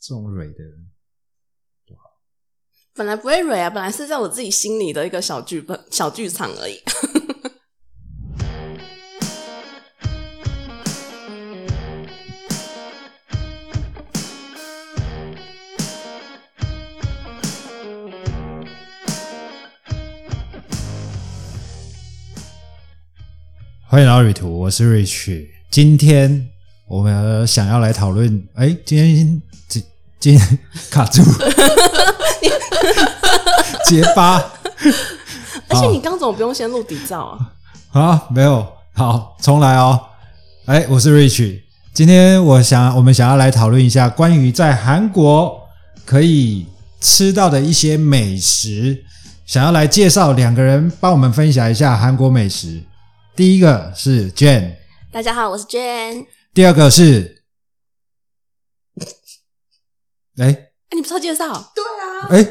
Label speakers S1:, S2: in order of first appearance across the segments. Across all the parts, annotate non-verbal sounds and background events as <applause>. S1: 这种蕊的人，
S2: 本来不会蕊啊，本来是在我自己心里的一个小剧本、小剧场
S1: <laughs>
S2: 而已。
S1: 哦欢迎来到旅途，我是 Rich。今天我们呃想要来讨论，哎，今天今今天卡住，结巴。
S2: 而且你刚怎么不用先录底噪啊？
S1: 啊，没有，好，重来哦。哎，我是 Rich，今天我想我们想要来讨论一下关于在韩国可以吃到的一些美食，想要来介绍两个人帮我们分享一下韩国美食。第一个是 Jane，
S2: 大家好，我是 Jane。
S1: 第二个是，哎
S2: 哎，你不是要介绍？
S3: 啊
S1: 哎，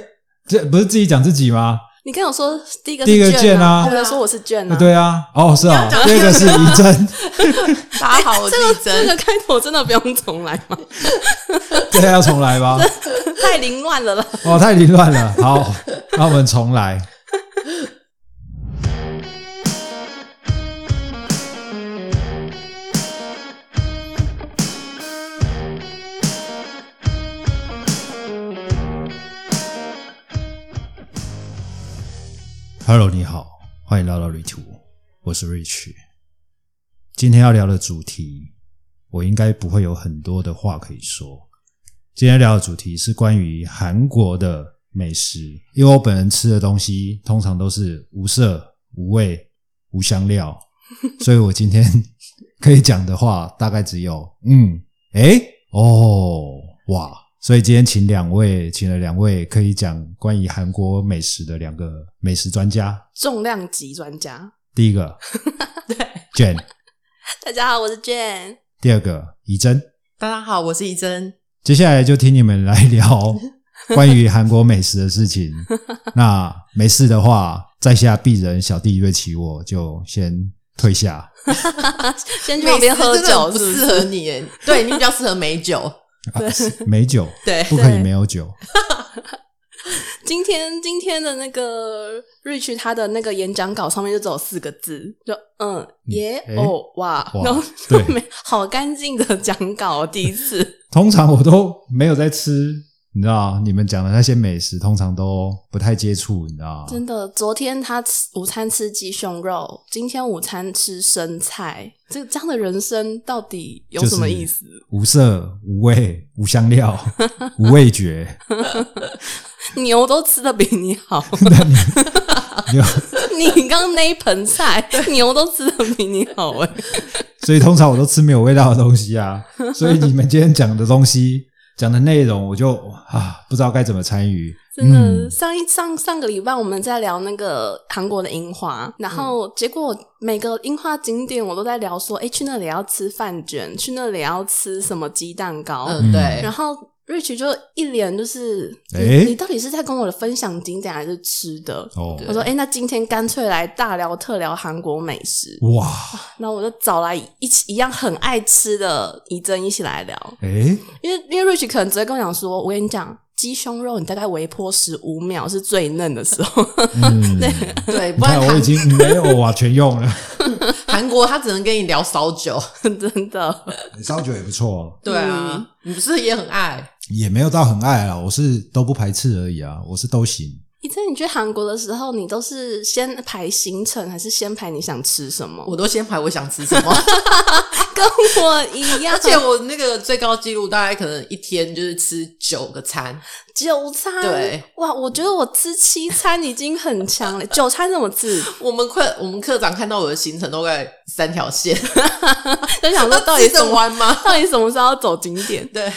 S1: 这不是自己讲自己吗？
S2: 你跟我说第一个
S1: 第一个
S2: Jane
S1: Jane 啊
S2: 我没有说我是 Jane 啊。
S1: 对啊，哦是啊
S3: 你要，讲
S1: 第二个
S3: <laughs>
S1: 是怡珍，
S2: <laughs>
S3: 大家好，我是
S2: 这个
S3: 李
S2: 这
S3: 真。
S2: 个开头真的不用重来吗？
S1: 这个要重来
S3: <laughs>
S1: 吗？
S2: <laughs>
S1: <laughs>
S2: 太凌乱了啦！
S1: 哦，太凌乱了。好，那我们重来。Hello，你好，欢迎来到旅途，我是 Rich。今天要聊的主题，我应该不会有很多的话可以说。今天聊的主题是关于韩国的美食，因为我本人吃的东西通常都是无色、无味、无香料，所以我今天可以讲的话大概只有嗯，诶、哦，哇！所以今天请两位，请了两位可以讲关于韩国美食的两个美食专家。
S2: 重量级专家，
S1: 第一个对 Jane，
S2: 大家好，我是 Jane。
S1: 第二个怡珍。
S3: 大家好，我是李真。
S1: 接下来就听你们来聊关于韩国美食的事情。那没事的话，在下鄙人小弟对起我，就先退下。
S2: 先去旁边喝
S3: 美食真的
S2: 酒，
S3: 很不
S2: 是
S3: 适合你耶，对你比较适合美酒。
S1: 啊、美酒
S3: 对
S1: 不可以
S2: 对
S1: 没有酒。
S2: 今天今天的那个 Rich 他的那个演讲稿上面就只有四个字，就嗯耶
S1: 诶
S2: 哦哇，
S1: 哇
S2: 然后就
S1: 对
S2: 没好干净的讲稿，哦第
S1: <laughs>
S2: 一次
S1: 通常我都没有在吃，你知道，你们讲的那些美食，通常都不太接触，你知道。
S2: 真的。昨天他吃午餐吃鸡胸肉，今天午餐吃生菜，这这样的人生到底有什么意思？
S1: 无色、无味、无香料、无味觉。
S2: 牛都吃的比你
S1: <laughs>
S2: 好， <laughs>
S1: 你有
S2: 你刚刚那一
S1: <laughs>
S2: 盆菜牛都吃的比你好哎、
S1: 所以通常我都吃没有味道的东西啊。所以你们今天讲的东西、讲的内容，我就啊不知道该怎么参与。
S2: 真的，
S1: 嗯
S2: 上一上上个礼拜我们在聊那个韩国的樱花，然后结果每个樱花景点我都在聊说，哎、去那里要吃饭卷，去那里要吃什么鸡蛋糕，
S3: 嗯，对
S2: 然。后 Rich 就一脸就是，
S1: 诶
S2: 你你到底是在跟我的分享景点还是吃的？
S1: 哦，
S2: 我说，哎、那今天干脆来大聊特聊韩国美食。
S1: 哇，
S2: 那我就找来一起一样很爱吃的怡珍一起来聊，
S1: 诶，
S2: 因为因为 Rich 可能直接跟我讲说，我跟你讲，鸡胸肉你大概微波十五秒是最嫩的时候， <laughs>
S3: <laughs>
S1: 嗯，
S3: 对，
S1: 你
S3: 不
S1: 看
S3: 然
S1: 我已
S3: 韩
S1: 经没有
S3: <laughs>
S1: 啊，全用了，
S3: 韩国他只能跟你聊烧酒。
S2: 嗯真的。
S1: 烧酒也不错，
S3: 对啊，你不是也很爱？
S1: 也没有到很爱啊，我是都不排斥而已啊，我是都
S3: <laughs>
S1: 行。
S2: 以前你去韩国的时候，你都是先排行程，还是先排你想吃什 <laughs> 么？
S3: 我都先排我想吃什
S2: <laughs>
S3: 么，
S2: 跟我一 <laughs> 样，
S3: 而且我那个最高纪录大概可能一天就是吃九个餐。
S2: 九餐，
S3: 对，
S2: 哇，我觉得我吃七餐已经很强 <laughs> 了，九餐怎么吃？
S3: 我们课我们课长看到我的行程都在三条线，
S2: 就想说到底
S3: 吃
S2: <laughs> 什
S3: 得
S2: 么？
S3: 完吗？
S2: 到底什么时候要走景点？
S3: <laughs> 对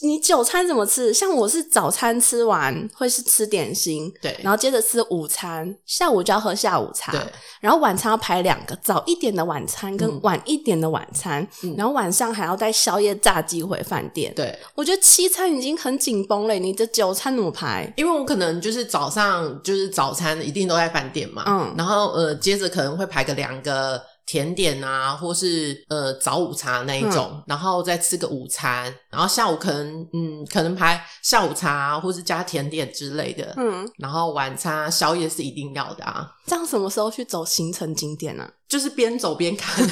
S2: 你你九餐怎么吃？像我是早餐吃完会是吃点心，
S3: 对
S2: 然后接着吃午餐，下午就要喝下午茶，
S3: 对，
S2: 然后晚餐要排两个，早一点的晚餐跟
S3: 嗯
S2: 晚一点的晚餐，
S3: 嗯
S2: 然后晚上还要带宵夜炸鸡回饭店。
S3: 对，
S2: 我觉得七餐已经很紧绷了，你这九餐怎么排？
S3: 因为我可能就是早上就是早餐一定都在饭店嘛，
S2: 嗯
S3: 然后呃接着可能会排个两个甜点啊，或是呃早午茶那一种，
S2: 嗯
S3: 然后再吃个午餐，然后下午可能嗯可能排下午茶、啊、或是加甜点之类的，
S2: 嗯，
S3: 然后晚餐、啊、宵夜是一定要的啊，
S2: 这样什么时候去走行程景点呢、啊？
S3: 就是边走边看，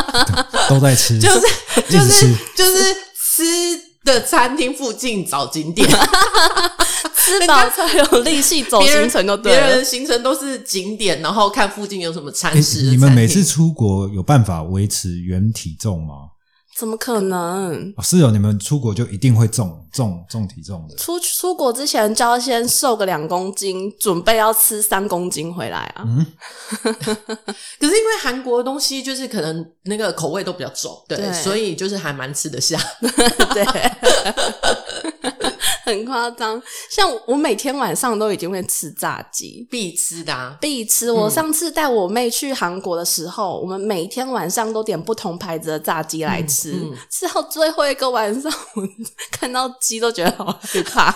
S3: <laughs>
S1: 都在吃，
S3: 就是就
S1: 一直
S3: 是
S1: 吃
S3: 就是吃的餐厅附近找景点，
S2: 吃饱才有力气 <laughs> 走
S3: 别人
S2: 行程就对
S3: 别人
S2: 了
S3: 的。行程都是景点，然后看附近有什么餐
S1: 诶
S3: 食的餐厅、
S1: 你们每次出国有办法维持原体重吗？
S2: 怎么可能？
S1: 哦、是哦，你们出国就一定会重重重体重的。
S2: 出出国之前就要先瘦个两公斤，准备要吃三公斤回来
S3: <laughs>
S2: 啊！
S1: 嗯，
S3: 可是因为韩国的东西就是可能那个口味都比较重，对，
S2: 对
S3: 所以就是还蛮吃得下。
S2: 对， <laughs> 很夸张。像我每天晚上都已经会吃炸鸡，
S3: 必吃的啊，
S2: 必吃。
S1: 嗯
S2: 我上次带我妹去韩国的时候，我们每天晚上都点不同牌子的炸鸡来吃，
S3: 嗯嗯
S2: <laughs> 吃到最后一个晚上，我看到鸡都觉得好
S1: <laughs>
S2: 害怕。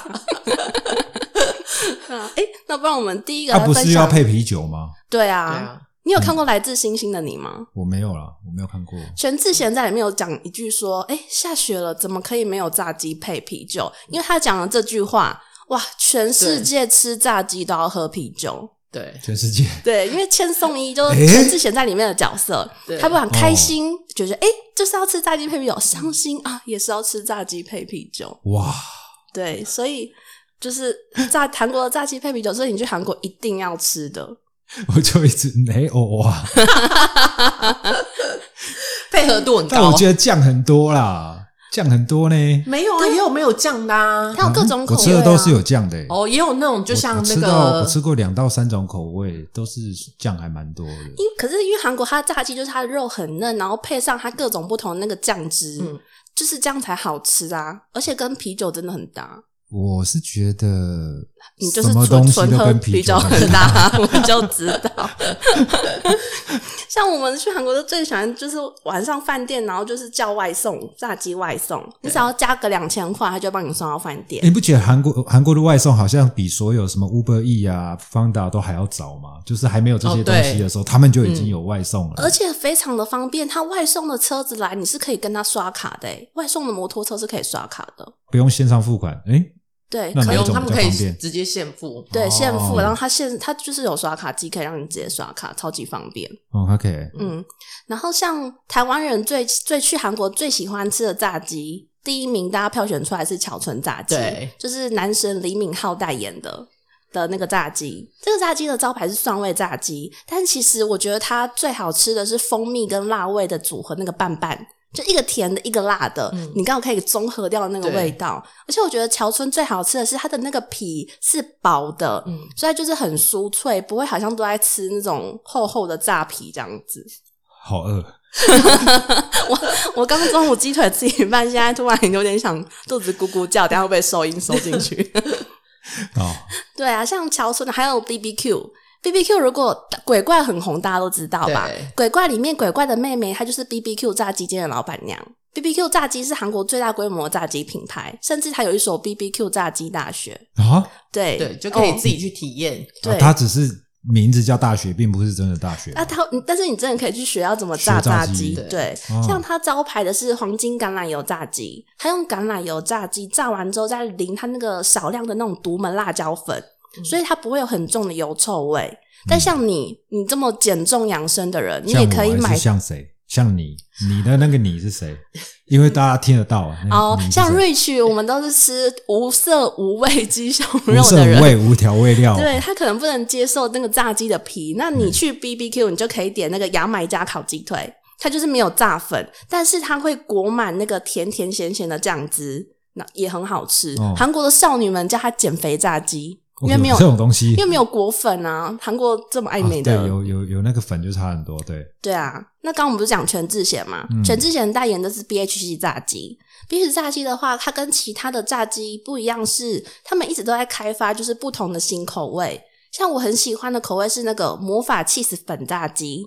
S2: 对啊哎、那不然我们第一个
S1: 他、
S2: 来
S1: 啊不
S2: 分
S1: 是要
S2: 享，
S1: 配嗯啤酒吗？
S2: 对啊，
S3: 对啊，
S2: 你有看过《来自星星的你》吗？
S1: 我没有啦，我没有看过。
S2: 全智贤在里面有讲一句说：“哎、下雪了，怎么可以没有炸鸡配啤酒？”因为他讲了这句话，哇，全世界吃炸鸡都要喝啤酒。
S3: 对
S1: 全世界 <laughs>
S2: 对，因为千颂伊就是
S1: 诶
S2: 全智贤在里面的角色，
S3: 对
S2: 他不管
S1: 哦
S2: 开心，觉得哎、诶就是要吃炸鸡配啤酒；伤心啊，也是要吃炸鸡配啤酒。
S1: 哇，
S2: 对，所以就是炸韩国的炸鸡配啤酒，所以你去韩国一定要吃的。
S1: 我就一直没哦哇，
S3: 配合度很
S1: 但
S3: 高
S1: 我。觉得降很多啦，降很多呢。
S3: 没有啊，也有没有酱的啊。
S2: 它有各种
S1: 嗯
S2: 口
S1: 我
S2: 味、啊
S1: 吃的都是有酱的、欸。
S3: 哦，也有那种就像
S1: 我
S3: 那
S1: 我吃到我
S3: 个
S1: 吃过两到三种口味，都是酱还蛮多的。
S2: 因可是因为韩国它的炸鸡就是它的肉很嫩，然后配上它各种不同的那个酱汁，
S3: 嗯
S2: 就是这样才好吃啊！而且跟啤酒真的很搭，
S1: 我是觉得
S2: 你就是
S1: 什么
S2: 纯
S1: 东西
S2: 纯
S1: 都
S2: 喝
S1: 跟
S2: 啤
S1: 啤
S2: 酒
S1: 酒
S2: 很搭， <laughs> 我就知道。像我们去韩国就最喜欢就是晚上饭店，然后就是叫外送炸鸡外送，你只要加个两千块，他就帮你送到饭
S1: <laughs>
S2: 店。
S1: 你不觉得韩国韩国的外送好像比所有什么 Uber E 啊、Fonda 都还要早吗？就是还没有这些
S3: 哦
S1: 东
S3: 对
S1: 西的时候，他们就已经有外送了。
S2: 而且非常的方便，他外送的车子来，你是可以跟他刷卡的、欸。外送的摩托车是可以刷卡的，
S1: 不用线上付款，诶，
S2: 对，
S1: 那哪
S2: 可
S3: 不
S1: 一
S3: 用，
S1: 种
S3: 他
S1: 比
S3: 们
S1: 较
S3: 可以
S1: 方便？
S3: 直接现付。
S2: 对，
S1: 哦
S2: 现付，然后它现它就是有刷卡机，可以让你直接刷卡，超级方便。
S1: 哦，OK，
S2: 嗯，然后像台湾人最最去韩国最喜欢吃的炸鸡，第一名大家票选出来是桥村炸鸡，
S3: 对，
S2: 就是男神李敏镐代言的。的那个炸鸡，这个炸鸡的招牌是蒜味炸鸡，但其实我觉得它最好吃的是蜂蜜跟辣味的组合，那个拌拌，就一个甜的，一个辣的，
S3: 嗯
S2: 你刚好可以综合掉那个
S3: 对
S2: 味道。而且我觉得乔村最好吃的是它的那个皮是薄的，
S3: 嗯，
S2: 所以它就是很酥脆，不会好像都在吃那种厚厚的炸皮这样子。
S1: 好饿，
S2: <laughs> 我刚中午鸡腿吃一半，现在突然有点想肚子咕咕叫，等一下会被收音收进去。
S1: 哦，
S2: <laughs> 对啊，像乔村的还有 B B Q。B B Q 如果鬼怪很红，大家都知道吧
S3: 对？
S2: 鬼怪里面鬼怪的妹妹，她就是 B B Q 炸鸡店的老板娘。B B Q 炸鸡是韩国最大规模的炸鸡品牌，甚至它有一所 B B Q 炸鸡大学。
S1: 啊，
S2: 对
S3: 对，就可以
S2: 哦
S3: 自己去体验。
S2: 对
S1: 啊它只是名字叫大学，并不是真的大学。
S2: 那他，啊但是你真的可以去学要怎么炸
S1: 学炸
S2: 鸡，
S1: 鸡
S2: 对，
S1: 哦
S2: 像他招牌的是黄金橄榄油炸鸡，他用橄榄油炸鸡炸完之后再淋他那个少量的那种独门辣椒粉，
S3: 嗯
S2: 所以它不会有很重的油
S1: 嗯
S2: 臭味。但像你，你这么减重养生的人，你也
S1: 像我
S2: 可以
S1: 还
S2: 买
S1: 是像谁？像你，你的那个你是谁？因为大家听得到啊。那
S2: 哦
S1: 你，是
S2: 像
S1: 谁
S2: Rich，我们都是吃无色无味鸡胸
S1: 无
S2: 肉
S1: 色
S2: 的人
S1: 无，味无调味料，
S2: 对他可能不能接受那个炸鸡的皮，那
S1: 嗯
S2: 你去 B B Q 你就可以点那个牙买加烤鸡腿，它就是没有炸粉，但是它会裹满那个甜甜咸咸的酱汁，那也很好吃。
S1: 哦
S2: 韩国的少女们叫它减肥炸鸡，因
S1: 哦
S2: 为没有
S1: 这种东西
S2: 因为。没有裹粉啊，韩国这么爱美
S1: 啊
S2: 的，
S1: 对，有有有那个粉就差很多，对。
S2: 对啊，那刚刚我们不是讲全智贤嘛？
S1: 嗯
S2: 全智贤代言的是 BHC 炸鸡。BHC 炸鸡的话，它跟其他的炸鸡不一样是，他们一直都在开发就是不同的新口味。像我很喜欢的口味是那个魔法 cheese 粉炸鸡，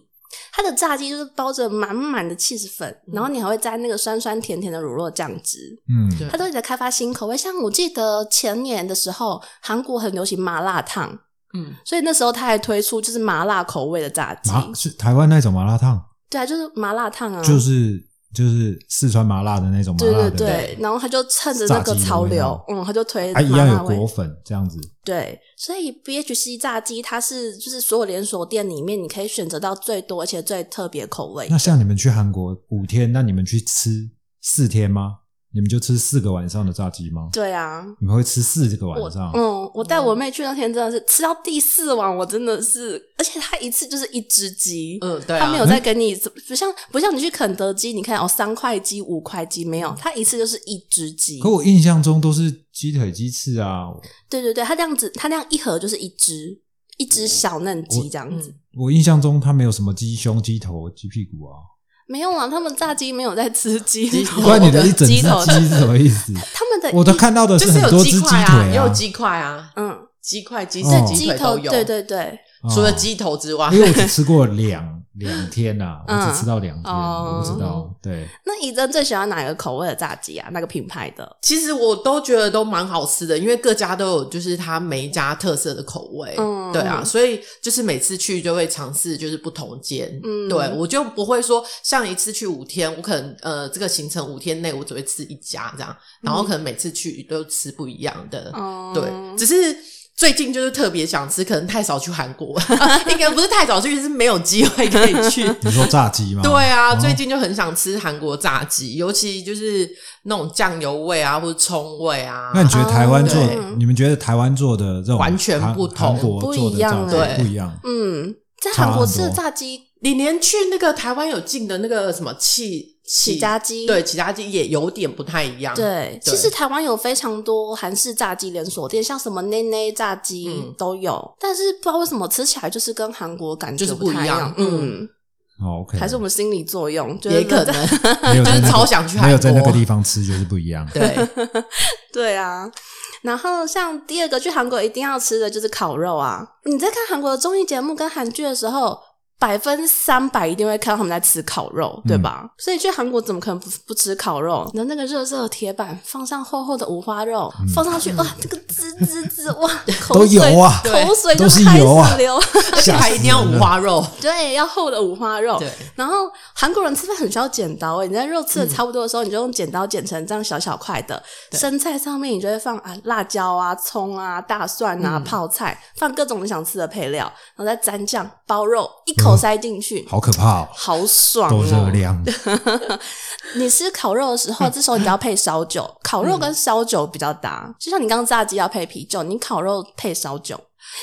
S2: 它的炸鸡就是包着满满的 cheese 粉，然后你还会沾那个酸酸甜甜的乳酪酱汁。
S1: 嗯，
S3: 对
S2: 它都一直在开发新口味，像我记得前年的时候，韩国很流行麻辣烫，
S3: 嗯，
S2: 所以那时候它还推出就是麻辣口味的炸鸡。
S1: 麻是台湾那种麻辣烫，
S2: 对啊，就是麻辣烫啊，
S1: 就是就是四川麻辣的那种麻
S2: 对
S1: 辣
S2: 对
S1: 的，
S2: 对。然后他就趁着那
S1: 炸
S2: 个
S1: 鸡的
S2: 潮
S1: 味
S2: 流
S1: 道，
S2: 嗯，他就推
S1: 啊，一
S2: 麻
S1: 样
S2: 辣
S1: 有
S2: 味。
S1: 果粉这样子，
S2: 对，所以 BHC 炸鸡它是就是所有连锁店里面你可以选择到最多而且最特别口味
S1: 那。像你们去韩国五天，那你们去吃四天吗？你们就吃四个晚上的炸鸡吗？
S2: 对啊，
S1: 你们会吃四个
S2: 我
S1: 晚上？
S2: 嗯，我带我妹去那天真的是吃到第四碗，我真的是，而且它一次就是一只鸡。
S3: 嗯，对
S2: 它
S3: 啊
S2: 没，有再给你，不像不像你去肯德基，你看哦，三块鸡、五块鸡没有，它一次就是一只鸡。
S1: 嗯可我印象中都是鸡腿、鸡翅啊。
S2: 对对对，它这样子，它那样一盒就是一只，一只小嫩鸡这样子。
S3: 嗯
S1: 我印象中它没有什么鸡胸、鸡头、鸡屁股啊。
S2: 没有啊，他们炸鸡没有在吃鸡
S3: 鸡
S2: 头
S3: 我
S1: 不然你的一整只
S2: 鸡
S1: 鸡
S2: 头，
S1: 是什么意思？
S2: 他们的
S1: 我都
S2: 一
S1: 看到的
S3: 就是
S1: 很
S3: 有
S1: 多只鸡
S3: 鸡块
S1: 腿
S3: 啊，也有
S1: 啊
S3: 鸡块啊，
S2: 嗯，
S3: 鸡块、鸡
S1: 哦
S3: 翅、鸡
S2: 鸡
S3: 腿
S2: 头，
S3: 都有，
S2: 对对对，
S1: 哦
S3: 除了鸡头之外，
S1: 啊因为我只吃过两两天呐、
S2: 嗯
S1: 我只吃到两天，我
S2: 哦
S1: 不知道。对，
S2: 那怡珍最喜欢哪个口味的炸鸡啊？哪个品牌的？
S3: 其实我都觉得都蛮好吃的，因为各家都有就是它每一家特色的口味，
S2: 嗯
S3: 对啊，所以就是每次去就会尝试就是不同间，
S2: 嗯
S3: 对我就不会说像一次去五天，我可能呃这个行程五天内我只会吃一家这样，然后可能每次去都吃不一样的，
S2: 嗯哦
S3: 对，只是。最近就是特别想吃，可能太少去韩
S2: <laughs>
S3: 国，应该不是太少去，是没有机会可以去。
S1: 你说炸鸡吗？
S3: <laughs> 对啊，
S1: 哦
S3: 最近就很想吃韩国炸鸡，尤其就是那种酱油味啊，或者葱味啊。
S1: 那你觉得台湾做
S2: 哦，对
S1: 你们觉得台湾做的这种
S3: 完全不欸同
S1: 韩韩国做的炸
S2: 不一样
S1: 鸡不一样，
S2: 嗯，在
S1: 差
S2: 韩国
S1: 很
S2: 吃的
S1: 多
S2: 炸鸡
S3: 你连去那个台湾有进的那个什么气
S2: 起
S3: 起
S2: 家鸡，
S3: 对起家鸡也有点不太一样。
S2: 对，其实台湾有非常多韩式炸鸡连锁店，像什么奈奈炸鸡
S3: 嗯
S2: 都有，但是不知道为什么吃起来就是跟韩国感觉
S3: 就是
S2: 不
S3: 不
S2: 太
S3: 一样
S2: 嗯，
S1: 哦，OK，
S2: 还是我们心理作用，觉
S3: 也
S2: 得
S3: 可
S2: 在
S3: 能
S1: 没有在
S3: <laughs> 就是
S1: 那个
S3: 超想去
S1: 没
S3: 韩
S1: 有
S3: 国
S1: 在那个地方吃就是不一样。
S3: 对，
S1: <laughs>
S2: 对啊。然后像第二个去韩国一定要吃的就是烤肉啊！你在看韩国的综艺节目跟韩剧的时候，百分之三百一定会看到他们在吃烤肉，对
S1: 嗯
S2: 吧？所以去韩国怎么可能不不吃烤肉？然后那个热热的铁板放上厚厚的五花肉，放上去哇，这个滋滋滋哇，口
S1: 嗯 <laughs> 都
S2: 水
S1: 有啊
S2: 口水就
S1: 都是
S2: 开
S1: 油啊
S2: 始流， <laughs>
S3: 而且还一定要五花肉。
S2: 对，要厚的五花肉。
S3: 对，
S2: 然后韩国人吃饭很需要剪刀欸诶，你在肉吃的差不多的时候，你就用剪刀剪成这样小小块的。
S3: 嗯对
S2: 生菜上面你就会放啊辣椒啊、葱啊、大蒜啊、
S3: 嗯
S2: 泡菜，放各种你想吃的配料，然后再沾酱包肉，一
S3: 嗯
S2: 口塞进去，
S1: 好可怕哦，
S2: 好爽
S1: 都热
S2: 哦！
S1: 量。
S2: 你吃烤肉的时候，这时候你就要配烧酒，
S3: 嗯
S2: 烤肉跟烧酒比较搭，就像你刚刚炸鸡要配啤酒，你烤肉配烧酒。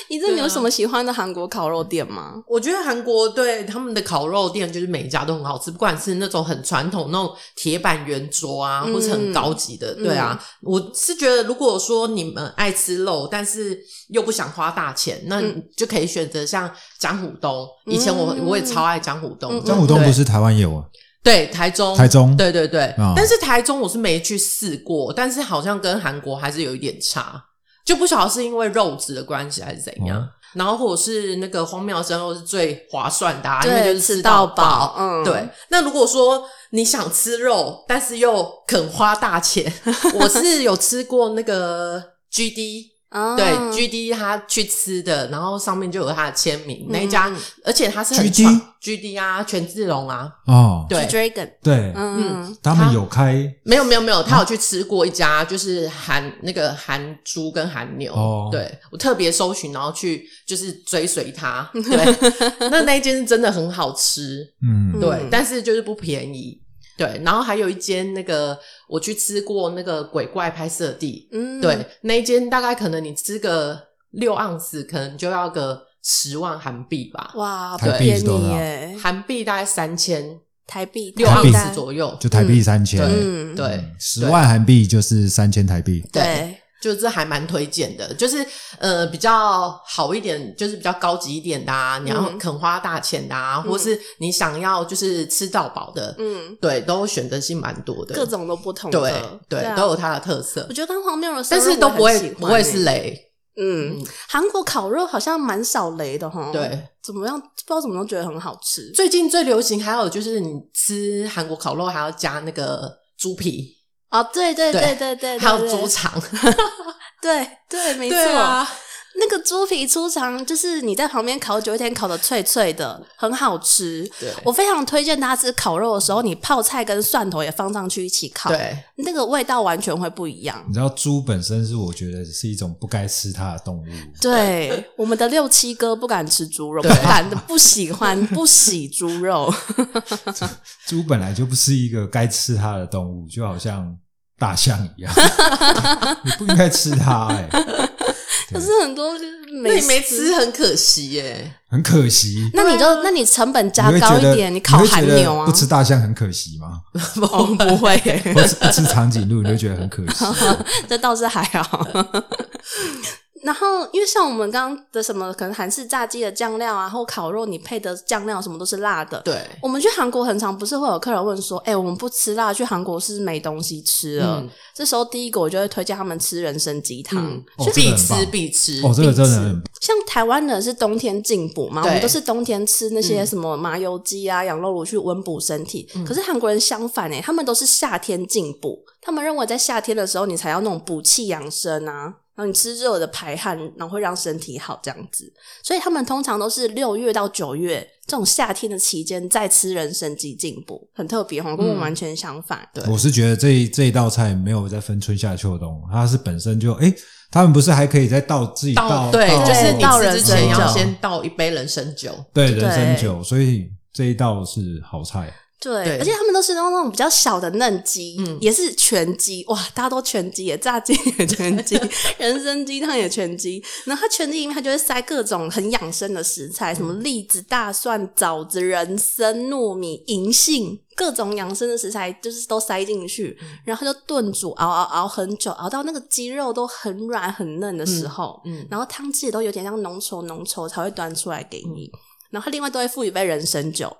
S2: 你这
S3: 对
S2: 你有
S3: 啊
S2: 什么喜欢的韩国烤肉店吗？
S3: 我觉得韩国对他们的烤肉店，就是每一家都很好吃，不管是那种很传统那种铁板圆桌啊，
S2: 嗯
S3: 或是很高级的，对啊。我是觉得，如果说你们爱吃肉，但是又不想花大钱，那你就可以选择像江虎东。以前我
S2: 嗯
S3: 我也超爱江虎东
S2: 嗯
S3: 的，
S1: 江虎东
S3: 对
S1: 不是台湾有啊？
S3: 对台中
S1: 台中
S3: 对对对，
S1: 啊
S3: 但是台中我是没去试过，但是好像跟韩国还是有一点差，就不晓得是因为肉质的关系还是怎样。
S1: 哦
S3: 然后或者是那个荒谬生肉是最划算的、啊，因为就
S2: 对，
S3: 是
S2: 吃到
S3: 到
S2: 饱，嗯，
S3: 对，，那如果说你想吃肉，但是又肯花
S2: <laughs>
S3: 大钱，我是有吃过那个 GD，
S2: 啊
S3: 对 GD 他去吃的，然后上面就有他的签名，那一家
S2: 嗯，
S3: 而且他是很
S1: GD
S3: 传 GD 啊，全志龙啊，
S1: 哦，
S3: 对，
S2: Dragon，
S1: 对，
S2: 嗯，
S1: 他们有开
S3: 没有没有没有，他有去吃过一家，就是韩那个韩猪跟韩牛。
S1: 哦
S3: 对我特别搜寻，然后去就是追随他。对，那那一间是真的很好吃，
S1: 嗯
S3: 对，
S2: 嗯
S3: 但是就是不便宜。对，然后还有一间那个我去吃过那个鬼怪拍摄地，
S2: 嗯，
S3: 对，那一间大概可能你吃个六盎司，可能就要个十万韩币吧，
S2: 哇，不
S1: 台币
S2: 便
S1: 是多
S2: 宜
S1: 少
S2: 耶，
S3: 韩币大概三千
S2: 台币
S3: 六
S1: 台币
S3: 盎
S2: 大概
S3: 司左右。
S1: 就台币三千，
S2: 嗯
S3: 对，
S1: 十万韩币就是三千台币。
S2: 对，
S3: 就这还蛮推荐的，就是呃比较好一点，就是比较高级一点的啊，你要
S2: 嗯
S3: 肯花大钱的啊，或是你想要就是吃到饱的，
S2: 嗯，
S3: 对，都选择性蛮多的，
S2: 各种都不同的，
S3: 对
S2: 对
S3: 对
S2: 啊，
S3: 都有它的特色
S2: 我，觉得跟荒谬的，
S3: 但是都不
S2: 我也
S3: 会
S2: 很喜欢欸
S3: 不会是
S2: 耶，
S3: 雷，
S2: 嗯，韩国烤肉好像蛮少雷的哈，
S3: 对，
S2: 怎么样，不知道怎么都觉得很好吃，
S3: 最近最流行还有就是你吃韩国烤肉还要加那个猪皮，
S2: 啊，对对对
S3: 对
S2: 对对，
S3: 还有
S2: 对
S3: 猪肠，
S2: 对对，没错，
S3: 对啊，
S2: 那个猪皮出肠，就是你在旁边烤久一点，烤的脆脆的，很好吃。
S3: 对
S2: 我非常推荐大家吃烤肉的时候，你泡菜跟蒜头也放上去一起烤，
S3: 对
S2: 那个味道完全会不一样。
S1: 你知道猪本身是我觉得是一种不该吃它的动物，
S2: 对，我们的六七哥不敢吃猪肉，不
S3: 对
S2: 敢的，不喜 <laughs> 欢，不喜猪肉。
S1: 猪本来就不是一个该吃它的动物，就好像大象一样， <laughs> 你不应该吃它、哎，
S2: 可是很多就是
S3: 那
S2: 没
S3: 你没吃很可惜耶。
S1: 很可惜。
S2: 那你啊就那你成本加
S1: 你会
S2: 高
S1: 觉
S2: 一
S1: 得
S2: 点，
S1: 你
S2: 烤
S1: 会觉
S2: 韩
S1: 得
S2: 牛啊
S1: 不，吃大象很可惜吗？ <laughs>
S2: 哦不会耶、 <laughs>
S1: 不吃不吃长颈鹿，你就觉得很可惜。
S2: 这倒是还好。 <laughs> 然后，因为像我们刚刚的什么，可能韩式炸鸡的酱料啊，或烤肉你配的酱料什么都是辣的。
S3: 对，
S2: 我们去韩国很常不是会有客人问说：“哎、我们不吃辣，去韩国是没东西吃了。
S3: 嗯
S2: 这时候第一个我就会推荐他们吃人参鸡汤。
S3: 嗯
S1: 哦，这
S3: 必
S1: 个很
S3: 吃
S1: 棒
S3: 必吃。
S1: 哦，这个真的很
S2: 像台湾人是冬天进补嘛，我
S3: 对
S2: 们都是冬天吃那些什么麻油鸡啊、羊肉炉去温补身体。可是韩国人相反哎、他们都是夏天进补，他们认为在夏天的时候你才要那种补气养生啊，然后你吃热的排汗，然后会让身体好这样子。所以他们通常都是六月到九月这种夏天的期间在吃人参鸡进补，很特别哦哈，跟我们完全相反。对
S1: 我是觉得这一这一道菜没有在分春夏秋冬，它是本身就哎、他们不是还可以再倒自己
S3: 倒
S1: 倒
S3: 对，
S1: 倒
S3: 就是
S2: 倒
S3: 你吃之前
S1: 哦人
S3: 要
S1: 参酒
S3: 先倒一杯人参酒。
S1: 对
S2: 对
S1: 人参酒，所以这一道是好菜。
S2: 对，
S3: 对
S2: 而且他们都是用那种比较小的嫩鸡，
S3: 嗯
S2: 也是全鸡哇，大家都全鸡耶，炸鸡也全
S3: <laughs>
S2: 鸡，人参鸡汤也全鸡。然后它全鸡里面，它就会塞各种很养生的食
S3: 嗯
S2: 材，什么栗子、大蒜、枣子、人参、糯米、银杏，各种养生的食材就是都塞进去，
S3: 嗯
S2: 然后就炖煮，熬熬熬很久，熬到那个鸡肉都很软很嫩的时候，
S3: 嗯，
S2: 然后汤汁也都有点像浓稠浓稠才会端出来给你，然后另外都会附一杯人参酒，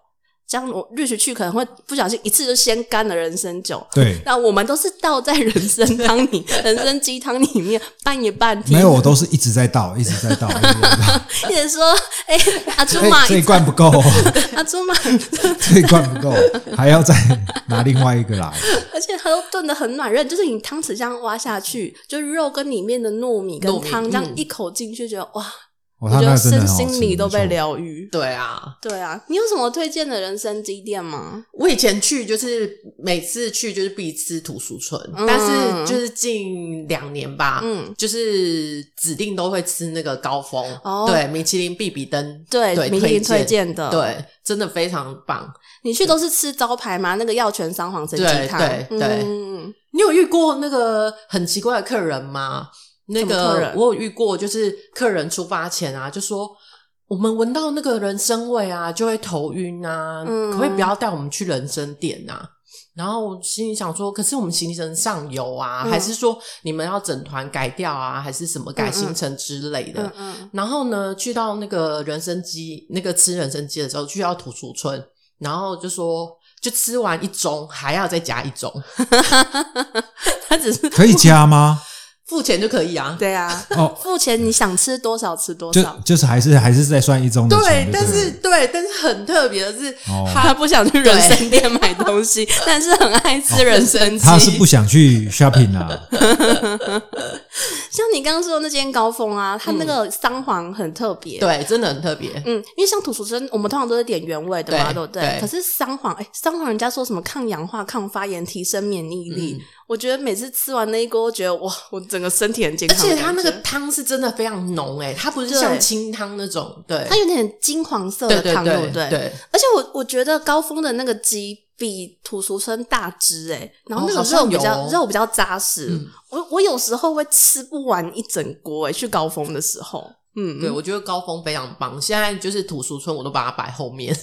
S2: 这样我日食去可能会不小心一次就先干了人参酒。
S1: 对，
S2: 那我们都是倒在人参汤
S1: <laughs>
S2: 里、人参鸡汤里面拌一拌，
S1: 没有，我都是一直在倒，一直在倒，一直在
S2: <laughs>
S1: 倒。
S2: 一直说：“哎、阿朱
S1: 哎、
S2: 玛，
S1: 这一罐不够、哦，
S2: <laughs>
S1: <laughs>
S2: 阿朱玛。”
S1: 这一罐不够，还要再拿另外一个来。
S2: <laughs> 而且它都炖的很软嫩，就是你汤匙这样挖下去，就是肉跟里面的糯米
S3: 糯
S2: 跟
S3: 米
S2: 汤这样
S3: 嗯
S2: 一口进去，觉得哇，
S1: 哦，
S2: 我
S1: 他
S2: 觉
S1: 那
S2: 得
S1: 个真的很
S2: 身
S1: 好吃，
S2: 心里都被
S1: 没错。
S2: 疗愈。
S3: 对啊，
S2: 对啊，你有什么推荐的人参鸡店吗？
S3: 我以前去就是每次去就是必吃土俗村，
S2: 嗯
S3: 但是就是近两年吧，
S2: 嗯，
S3: 就是指定都会吃那个高峰，
S2: 哦
S3: 对，米其林必比登，
S2: 对，
S3: 对
S2: 明星推
S3: 推荐。
S2: 荐的。，
S3: 对，真的非常棒。
S2: 你去都是吃招牌嘛，那个药泉三黄参鸡
S3: 对
S2: 汤。
S3: 对对
S2: 嗯
S3: 你有遇过那个很奇怪的客人吗？那
S2: 什么客
S3: 个
S2: 人
S3: 我有遇过，就是客人出发前啊，就说我们闻到那个人参味啊，就会头晕啊，
S2: 嗯
S3: 可不可以不要带我们去人参店啊？然后我心里想说，可是我们行程上有啊，
S2: 嗯
S3: 还是说你们要整团改掉啊，还是什么改行程之类的？
S2: 嗯嗯，
S3: 然后呢，去到那个人参鸡，那个吃人参鸡的时候，去到土树村，然后就说，就吃完一盅，还要再加一盅，
S2: 他只是
S1: 可以加
S2: <laughs>
S1: 吗？
S3: 付钱就可以啊。
S2: 对啊，
S1: 哦，
S2: 付钱你想吃多少吃多
S1: 就
S2: 少。
S1: 就是还是还是在算一盅的
S3: 对
S1: 钱，就
S3: 但
S1: 对
S3: 是
S1: 了
S3: 对，但是很特别的是，
S1: 哦
S2: 他不想去人参店买东西，但是很爱吃人参鸡。
S1: 他是不想去 shopping
S2: <laughs>
S1: 啊。
S2: 像你刚刚说的那间高峰啊，它那个三黄很特别。
S3: 对，真的很特别。
S2: 嗯，因为像土俗生，我们通常都是点原味的嘛，
S3: 对
S2: 对不对？
S3: 对
S2: 可是三黄，哎，三黄人家说什么抗氧化、抗发炎、提升免疫力，
S3: 嗯
S2: 我觉得每次吃完那一锅，我觉得哇，我整个身体很健
S3: 而
S2: 康的
S3: 且
S2: 感觉。
S3: 它那个汤是真的非常浓诶、它不是
S2: 对
S3: 像清汤那种，对，
S2: 它有点金黄色
S3: 对
S2: 的
S3: 对
S2: 汤，
S3: 对
S2: 不
S3: 对
S2: 而且我我觉得高峰的那个鸡比土俗生大只哎、然后那
S3: 哦
S2: 个
S3: 好像
S2: 肉比较、
S3: 有哦
S2: 肉比较扎实。
S3: 嗯
S2: 我我有时候会吃不完一整锅哎、去高峰的时候，嗯，
S3: 对，我觉得高峰非常棒。现在就是土俗村，我都把它摆后面。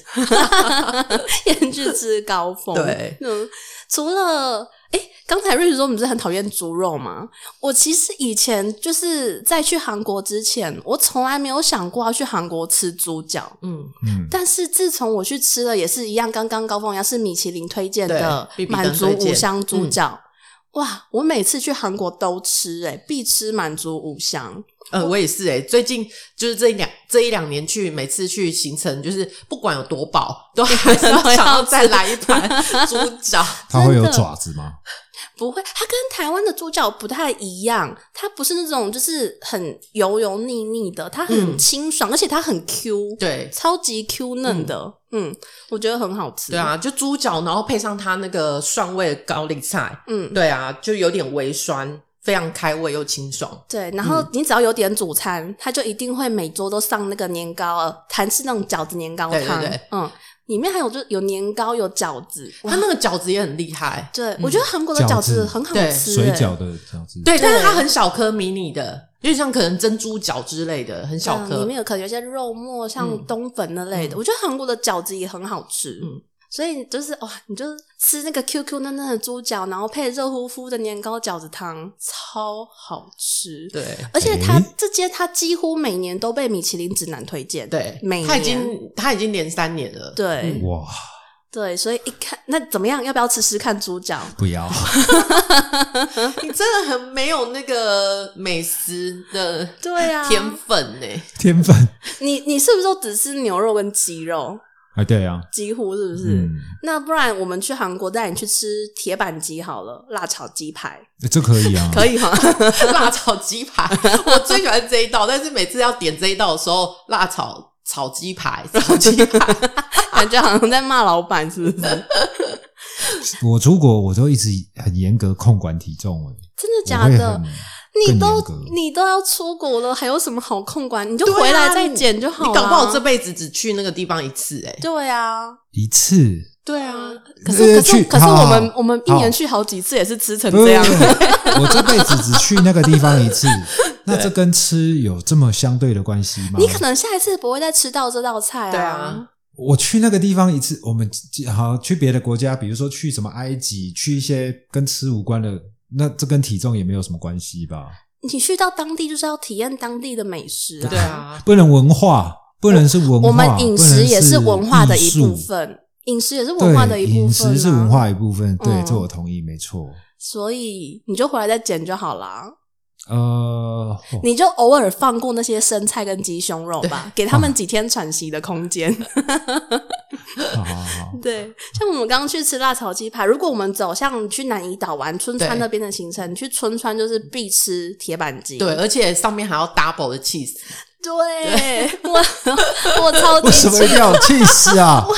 S2: <laughs> 先去吃高峰。
S3: <laughs> 对，
S2: 嗯，除了哎，刚才瑞说我们不是很讨厌猪肉吗？我其实以前就是在去韩国之前，我从来没有想过要去韩国吃猪脚。
S3: 嗯，
S1: 嗯，
S2: 但是自从我去吃了，也是一样，刚刚高峰一样是米其林推荐的
S3: 对必比登
S2: 满族
S3: 推荐
S2: 五香猪脚。哇！我每次去韩国都吃、欸，必吃满族五香。
S3: 呃，我也是诶、最近就是这一两这一两年去，每次去行程就是不管有多饱，都还是 <laughs>
S2: 都要
S3: 想要再
S2: 吃
S3: 来一盘猪 <laughs> 脚。
S1: 它会有爪子吗？
S2: 不会，它跟台湾的猪脚不太一样，它不是那种就是很油油腻腻的，它很
S3: 嗯
S2: 清爽，而且它很 Q，，
S3: 对
S2: 超级 Q 嫩的，嗯我觉得很好吃。
S3: 对，啊，就猪脚，然后配上它那个蒜味的高丽菜，
S2: 嗯，
S3: 对啊，就有点微酸，非常开胃又清爽。
S2: 对，然
S3: 嗯
S2: 后你只要有点主餐，他就一定会每桌都上那个年糕，韩式那种饺子年糕
S3: 对对
S2: 汤，
S3: 对
S2: 嗯，里面还有就有年糕有饺子，哇
S3: 它那个饺子也很厉害，
S2: 对、我觉得韩国的
S1: 饺
S2: 饺
S1: 子
S2: 子很好
S3: 对
S2: 吃、
S1: 水
S2: 欸
S1: 饺的饺子，
S3: 对，但是
S2: 对
S3: 它很小颗迷你的，因为像可能珍珠饺之类的，很小
S2: 嗯，里
S3: 颗。
S2: 面有可能有一些肉末，像
S3: 嗯
S2: 冬粉那类的。
S3: 嗯
S2: 我觉得韩国的饺子也很好吃，
S3: 嗯
S2: 所以就是哇，你就是吃那个 QQ 嫩嫩的猪脚，然后配热乎乎的年糕饺子汤，超好吃。，
S3: 对
S2: 而且它、
S1: 诶
S2: 这间它几乎每年都被米其林指南推荐，
S3: 对，
S2: 每
S3: 它已
S2: 年
S3: 经嗯它已经连三年了。
S2: 对、
S1: 哇，
S2: 对，所以一看那怎么样，要不要吃吃看猪脚？
S1: 不
S2: <laughs>
S1: 要，
S3: 你真的很没有那个美食的
S2: 对啊，
S3: 天分呢、
S1: 天分
S2: 你你是不是都只吃牛肉跟鸡肉？
S1: 啊，对啊，
S2: 几乎是不是？
S1: 嗯，
S2: 那不然我们去韩国带你去吃铁板鸡好了，辣炒鸡 <laughs> 排
S1: 诶这可以啊，
S2: <laughs> 可以吗？
S3: <laughs> 辣炒鸡排，我最喜欢这一道，但是每次要点这一道的时候，辣炒炒鸡排，炒鸡排，
S2: 感觉好像在骂老板，是不是？
S1: 我出国我都一直很严格控管体重、欸，
S2: <laughs> 真的
S1: 我
S2: 假
S1: 会
S2: 的
S1: 很？
S2: 你都
S1: 更严格
S2: 你都要出国了，还有什么好控管？你就
S3: 对啊
S2: 回来再减就
S3: 你
S2: 好了。
S3: 搞不好这辈子只去那个地方一次、哎，
S2: 对啊，
S1: 一次
S3: 对啊，
S2: 嗯可是可
S1: 呃去
S2: 是可是
S1: 好
S2: 我们我们一
S1: 好
S2: 年去好几次，也是吃成这样
S1: 不。是不是我这辈子只去那个地方一次，那这跟吃有这么相对的关系吗？
S2: <laughs> 你可能下一次不会再吃到这道菜
S3: 对
S2: 啊
S3: 啊。
S1: 我去那个地方一次，我们好去别的国家，比如说去什么埃及，去一些跟吃无关的，那这跟体重也没有什么关系吧？
S2: 你去到当地就是要体验当地的美食
S3: 对啊，
S1: 不能文化，不能是文化，
S2: 我们饮食也
S1: 是
S2: 文化的
S1: 艺
S2: 一
S1: 术
S2: 部，分，饮食也是
S1: 对
S2: 文化的一部分、啊。
S1: 饮食是文化一部分，对，
S2: 嗯
S1: 这我同意，没错。
S2: 所以你就回来再剪就好啦，
S1: 呃，哦
S2: 你就偶尔放过那些生菜跟鸡胸肉吧，给他们几天喘息的空
S3: <laughs>
S2: 间。
S1: 好好
S2: <laughs>
S1: 好，
S2: 对，像我们刚刚去吃辣炒鸡排，如果我们走向去南怡岛玩春川
S3: 对
S2: 那边的行程，去春川就是必吃铁板鸡。
S3: 对，而且上面还要 double 的 cheese， <laughs>
S2: 对，我我超级
S1: 为什么一定要气死
S2: <laughs>
S1: 啊？
S3: 哦，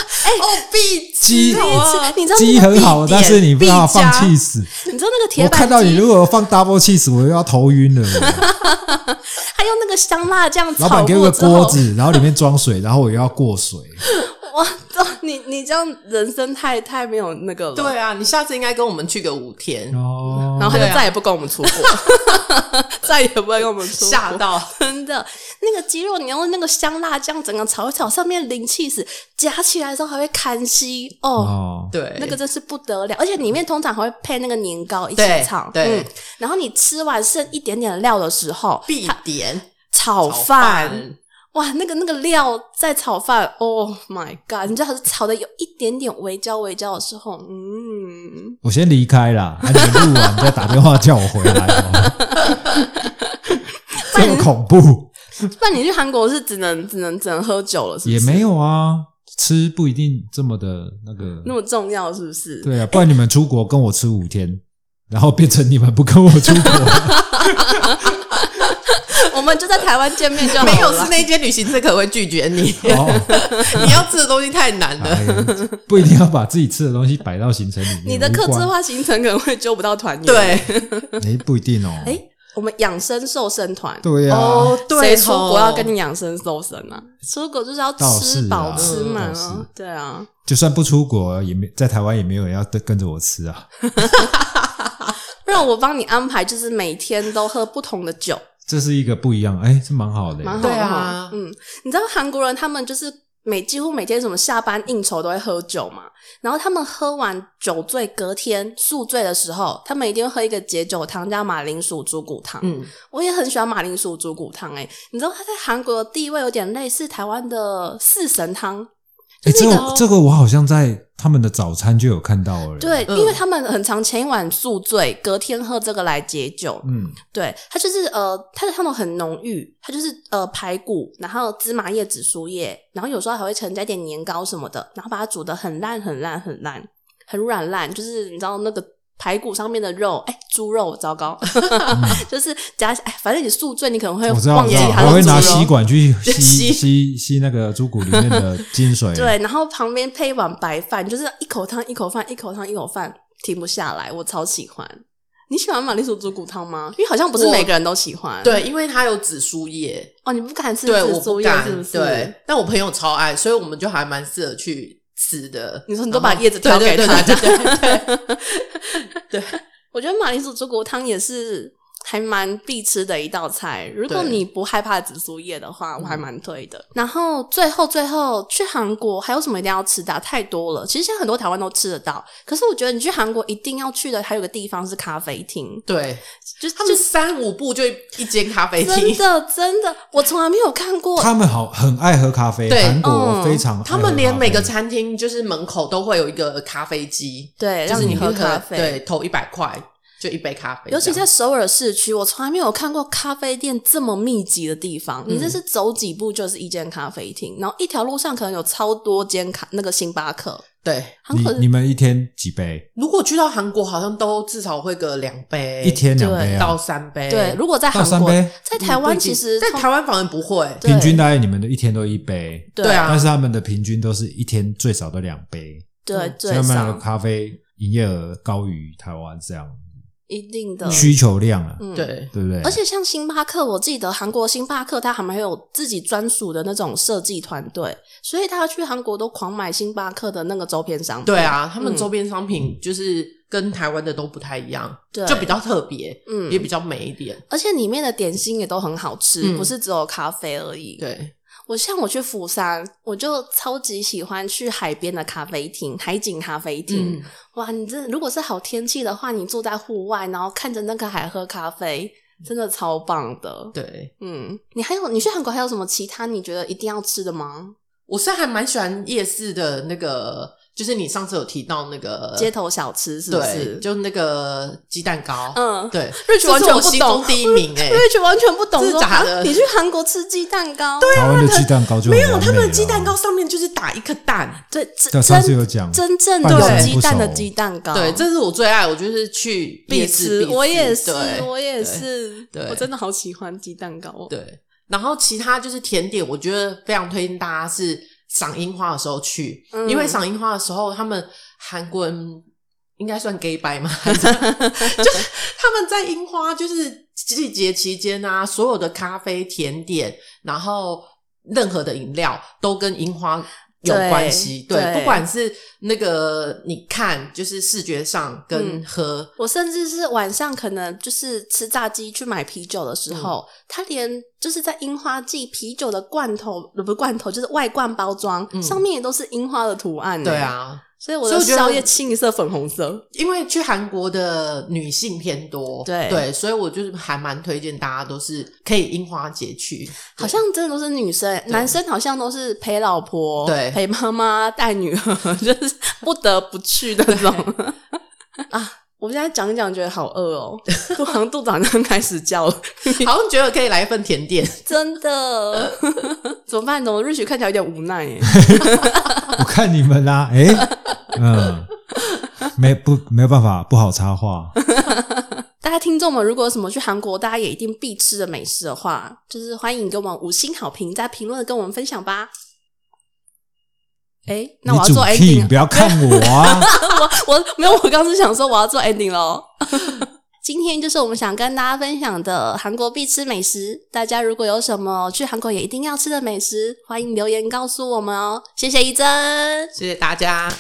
S3: 必
S1: 鸡
S3: 吃好啊，
S2: 你知道那
S1: 鸡
S2: 个
S1: 很好，
S2: 必点
S1: 但是你不要放
S2: 必
S1: 气死。
S2: 加你知道那个铁
S1: 我看到
S2: 板
S1: 你
S2: 鸡
S1: 如，果放 double cheese，我又要头晕了。
S2: <laughs> 它用那个香辣酱
S1: 老
S2: 炒
S1: 板给我
S2: 过
S1: 个
S2: 之后
S1: 锅，子，然后里面装水，然后我又要过水。
S2: 哇， <laughs> 你你这样人生太太没有那个了。
S3: 对啊，你下次应该跟我们去个五天，
S1: 哦，
S2: <laughs> 然后他
S3: 对
S2: 就
S3: 啊
S2: 再也不跟我们出国，
S3: <laughs>
S2: 再也不会跟我们出国。
S3: 吓到。
S2: <laughs> 真的，那个鸡肉你用那个香辣酱整个炒一炒，上面淋气死，夹起来的时候还会砍稀哦。
S1: 哦，
S3: 对，
S2: 那个真是不得了，而且里面通常还会配那个年糕一起
S3: 对
S2: 炒，
S3: 对
S2: 嗯，然后你吃完剩一点点的料的时候，
S3: 必点
S2: 炒
S3: 炒
S2: 饭，哇，那个那个料在炒饭，Oh my god！你知道它是炒的有一点点微焦微焦的时候，嗯，
S1: 我先离开
S2: <laughs>
S1: 啦，啊，你们录完再打电话叫我回来哦。
S2: <laughs>
S1: 这么恐怖
S2: 不然你去韩国是只能只能只能喝酒了，是不是？
S1: 也没有啊，吃不一定这么的那个。
S2: 那么重要，是不是？
S1: 对啊，不然你们出国跟我吃五天，然后变成你们不跟我出
S2: <laughs>
S1: 国，
S2: 我们就在台湾见面就好了。
S3: 没有是那间旅行社可能会拒绝 <laughs> 你，
S1: 哦，
S3: 你要吃的东西太难
S1: 哎
S3: 了。
S1: 呀不一定要把自己吃的东西摆到行程里面。
S2: 你的
S1: 无
S2: 客
S1: 关
S2: 制化行程可能会揪不到团员。，
S3: <laughs> 对，
S1: 哎，不一定哦。
S2: 哎、我们养生瘦身团。
S1: 对啊呀、
S3: 哦，对
S2: 谁
S3: 吼，
S2: 出国要跟你养生瘦身啊？出国就是要
S1: 倒是
S2: 吃
S1: 啊
S2: 饱吃满
S1: 倒是
S2: 啊，对啊。
S1: 就算不出国，也没在台湾也没有人要跟跟着我吃啊。
S2: 不然我帮你安排，就是每天都喝不同的酒，
S1: 这是一个不一样，哎，这蛮好的耶，
S2: 蛮好的
S3: 对啊
S2: 哈。嗯，你知道韩国人他们就是每几乎每天什么下班应酬都会喝酒嘛，然后他们喝完酒醉，隔天宿醉的时候，他们一定会喝一个解酒汤，叫马铃薯猪骨汤。
S3: 嗯，
S2: 我也很喜欢马铃薯猪骨汤、欸，你知道它在韩国的地位有点类似台湾的四神汤，
S1: 诶
S2: 就
S1: 哎这
S2: 那
S1: 个
S2: 个
S1: 这个我好像在他们的早餐就有看到了。
S2: 对，
S3: 嗯
S2: 因为他们很常前一晚宿醉，隔天喝这个来解酒。
S1: 嗯，
S2: 对，它就是呃，它的汤头很浓郁，它就是呃排骨，然后芝麻叶、紫苏叶，然后有时候还会添加一点年糕什么的，然后把它煮的很烂、很烂、很烂、很软烂，就是你知道那个排骨上面的肉，哎，猪肉，糟糕， <laughs> 就是夹，哎，反正你宿醉，你可能会
S1: 我知道，
S2: 哎忘
S1: 我
S2: 记
S1: 知道，
S2: 它
S1: 我会
S2: 是猪
S1: 拿
S2: 肉。
S1: 吸管去
S3: 吸
S1: 吸吸吸那个猪骨里面的精髓。
S2: 对，然后旁边配一碗白饭，就是一口汤一口饭，一口汤一口饭，停不下来，我超喜欢。你喜欢马铃薯猪骨汤吗？因为好像不是
S3: 我
S2: 每个人都喜欢。
S3: 对，因为它有紫苏叶，
S2: 哦，你不敢吃
S3: 对，
S2: 紫
S3: 我
S2: 苏
S3: 不
S2: 叶
S3: 敢，
S2: 是不是？
S3: 对，，但我朋友超爱，所以我们就还蛮适合去吃的。
S2: 你说你都
S3: 然后
S2: 把叶子挑
S3: 对
S2: 给
S3: 对
S2: 他
S3: 对对
S2: <laughs>
S3: 对对对
S2: 我觉得马铃薯猪骨汤也是还蛮必吃的一道菜。如果
S3: 对
S2: 你不害怕紫苏叶的话，我还
S3: 嗯
S2: 蛮推的。然后最后最后去韩国还有什么一定要吃的啊、太多了，其实现在很多台湾都吃得到。可是我觉得你去韩国一定要去的还有个地方是咖啡厅，
S3: 对，
S2: 就是
S3: 他们三五步就一间咖啡
S2: 真
S3: 厅，
S2: 的真的，我从来没有看过。
S1: 他们好很爱喝咖啡，
S3: 对
S1: 韩国
S2: 嗯
S1: 非常爱喝
S3: 他们连
S1: 咖啡
S3: 每个餐厅就是门口都会有一个咖啡机，
S2: 对，
S3: 就
S2: 让
S3: 是
S2: 你
S3: 你
S2: 喝
S3: 可
S2: 咖
S3: 能
S2: 啡。
S3: 对，投一百块就一杯咖啡这
S2: 尤
S3: 样，
S2: 其在首尔市区，我从来没有看过咖啡店这么密集的地方。
S3: 嗯
S2: 你这是走几步就是一间咖啡厅，然后一条路上可能有超多间咖那个星巴克。
S3: 对。
S2: 韩国
S1: 你你们一天几杯？
S3: 如果去到韩国，好像都至少会个两杯，
S1: 一天两杯
S3: 到
S1: 啊？
S3: 三杯，嗯
S2: 对，如果在
S1: 到
S2: 韩
S1: 三
S2: 国
S1: 杯，
S2: 在台湾其实
S3: 在
S2: 通
S3: 台湾反而不会，
S2: 对
S1: 平均大概你们的一天都一杯，
S2: 对
S3: 对啊
S1: 但是他们的平均都是一天最少都两杯，
S2: 对
S3: 嗯
S1: 所以他们
S2: 最
S1: 的
S2: 少
S1: 咖啡营业额高于台湾这样
S2: 一定的，
S1: 需求量啊，
S2: 嗯。
S3: 对，
S1: 对不对？
S2: 而且像星巴克，我记得韩国星巴克它还没有自己专属的那种设计团队，所以他去韩国都狂买星巴克的那个周边商品。
S3: 对，啊，他们
S2: 嗯
S3: 周边商品就是跟台湾的都不太一样，
S2: 对
S3: 就比较特别，
S2: 嗯
S3: 也比较美一点。
S2: 而且里面的点心也都很好吃，
S3: 嗯
S2: 不是只有咖啡而已。，
S3: 对，
S2: 我像我去釜山，我就超级喜欢去海边的咖啡厅，海景咖啡厅。
S3: 嗯，
S2: 哇，你这如果是好天气的话，你住在户外，然后看着那个海喝咖啡，真的超棒的。
S3: 嗯对，
S2: 嗯，你还有你去韩国还有什么其他你觉得一定要吃的吗？
S3: 我是还蛮喜欢夜市的那个，就是你上次有提到那个
S2: 街，头小吃是不
S3: 呃对，
S2: 是？
S3: 就那个鸡蛋糕，
S2: 嗯，
S3: 对，
S2: 瑞奇
S3: 这
S2: 完
S3: 是
S2: 全
S3: 我
S2: 不
S3: 心
S2: 懂
S3: 中第一名哎、
S2: 瑞全完全不懂
S3: 真
S2: 说，
S3: 的假
S2: 啊
S3: 的
S2: 你去韩国吃鸡蛋糕？对
S1: 台湾的鸡蛋糕就很
S3: 没有，
S1: 完美啊
S3: 他们
S1: 了
S3: 鸡蛋糕，上面就是打一颗蛋。
S2: 对，
S1: 对，
S2: 真
S1: 上次有
S2: 真
S1: 讲，
S2: 真正
S1: 半
S2: 有
S3: 生
S2: 鸡
S1: 不
S2: 蛋的
S1: 熟
S2: 鸡蛋糕，
S3: 对，这是我最爱，我就是去
S2: 必
S3: 夜
S2: 吃，
S3: 市
S2: 我也是，
S3: 对
S2: 我也
S3: 对
S2: 是，
S3: 对
S2: 我真的好喜欢鸡蛋糕哦。
S3: 对，然后其他就是甜点，我觉得非常推荐大家是赏樱花的时候去，
S2: 嗯
S3: 因为赏樱花的时候，他们韩国人应该算 gay 白吗？
S2: <laughs>
S3: <laughs> 还是就是他们在樱花就是季节期间啊，所有的咖啡、甜点，然后任何的饮料都跟樱花。有
S2: 对
S3: 关系，对，
S2: 对
S3: 不管是那个你看，就是视觉上跟
S2: 嗯
S3: 喝，
S2: 我甚至是晚上可能就是吃炸鸡去买啤酒的时
S3: 嗯
S2: 候，他连就是在樱花季啤酒的罐头，不是罐头，就是外罐包装、
S3: 嗯
S2: 上面也都是樱花的图案。
S3: 对，啊，
S2: 所以我的
S3: 所以我觉得
S2: 宵夜清一色粉红色。
S3: 因为去韩国的女性偏多，
S2: 对
S3: 对，所以我就是还蛮推荐大家都是可以樱花节去，对
S2: 好像真的都是女生，男生好像都是陪老婆、
S3: 对
S2: 陪妈妈、带女儿， <laughs> 就是不得不去那种啊。我们现在讲一讲，觉得好饿哦， <laughs> 肚好像肚子好像开始叫了，
S3: 好像觉得可以来一份甜点，
S2: 真的 <laughs> 怎么办呢？我瑞雪看起来有点无奈耶。 <laughs>
S1: 我看你们啦，哎，嗯，没不没有办法，不好插话，
S2: 大家听众们，如果有什么去韩国大家也一定必吃的美食的话，就是欢迎给我们五星好评，在评论跟我们分享吧。哎、 <laughs> 那
S1: 你
S2: 我要
S1: 主
S2: 做
S1: key，你
S2: ending，
S1: 不要看我啊。
S2: <laughs> 我我没有，我刚是想说我要做 ending 喽。 <laughs> 今天就是我们想跟大家分享的韩国必吃美食，大家如果有什么去韩国也一定要吃的美食，欢迎留言告诉我们哦。谢谢一真，
S3: 谢谢大家。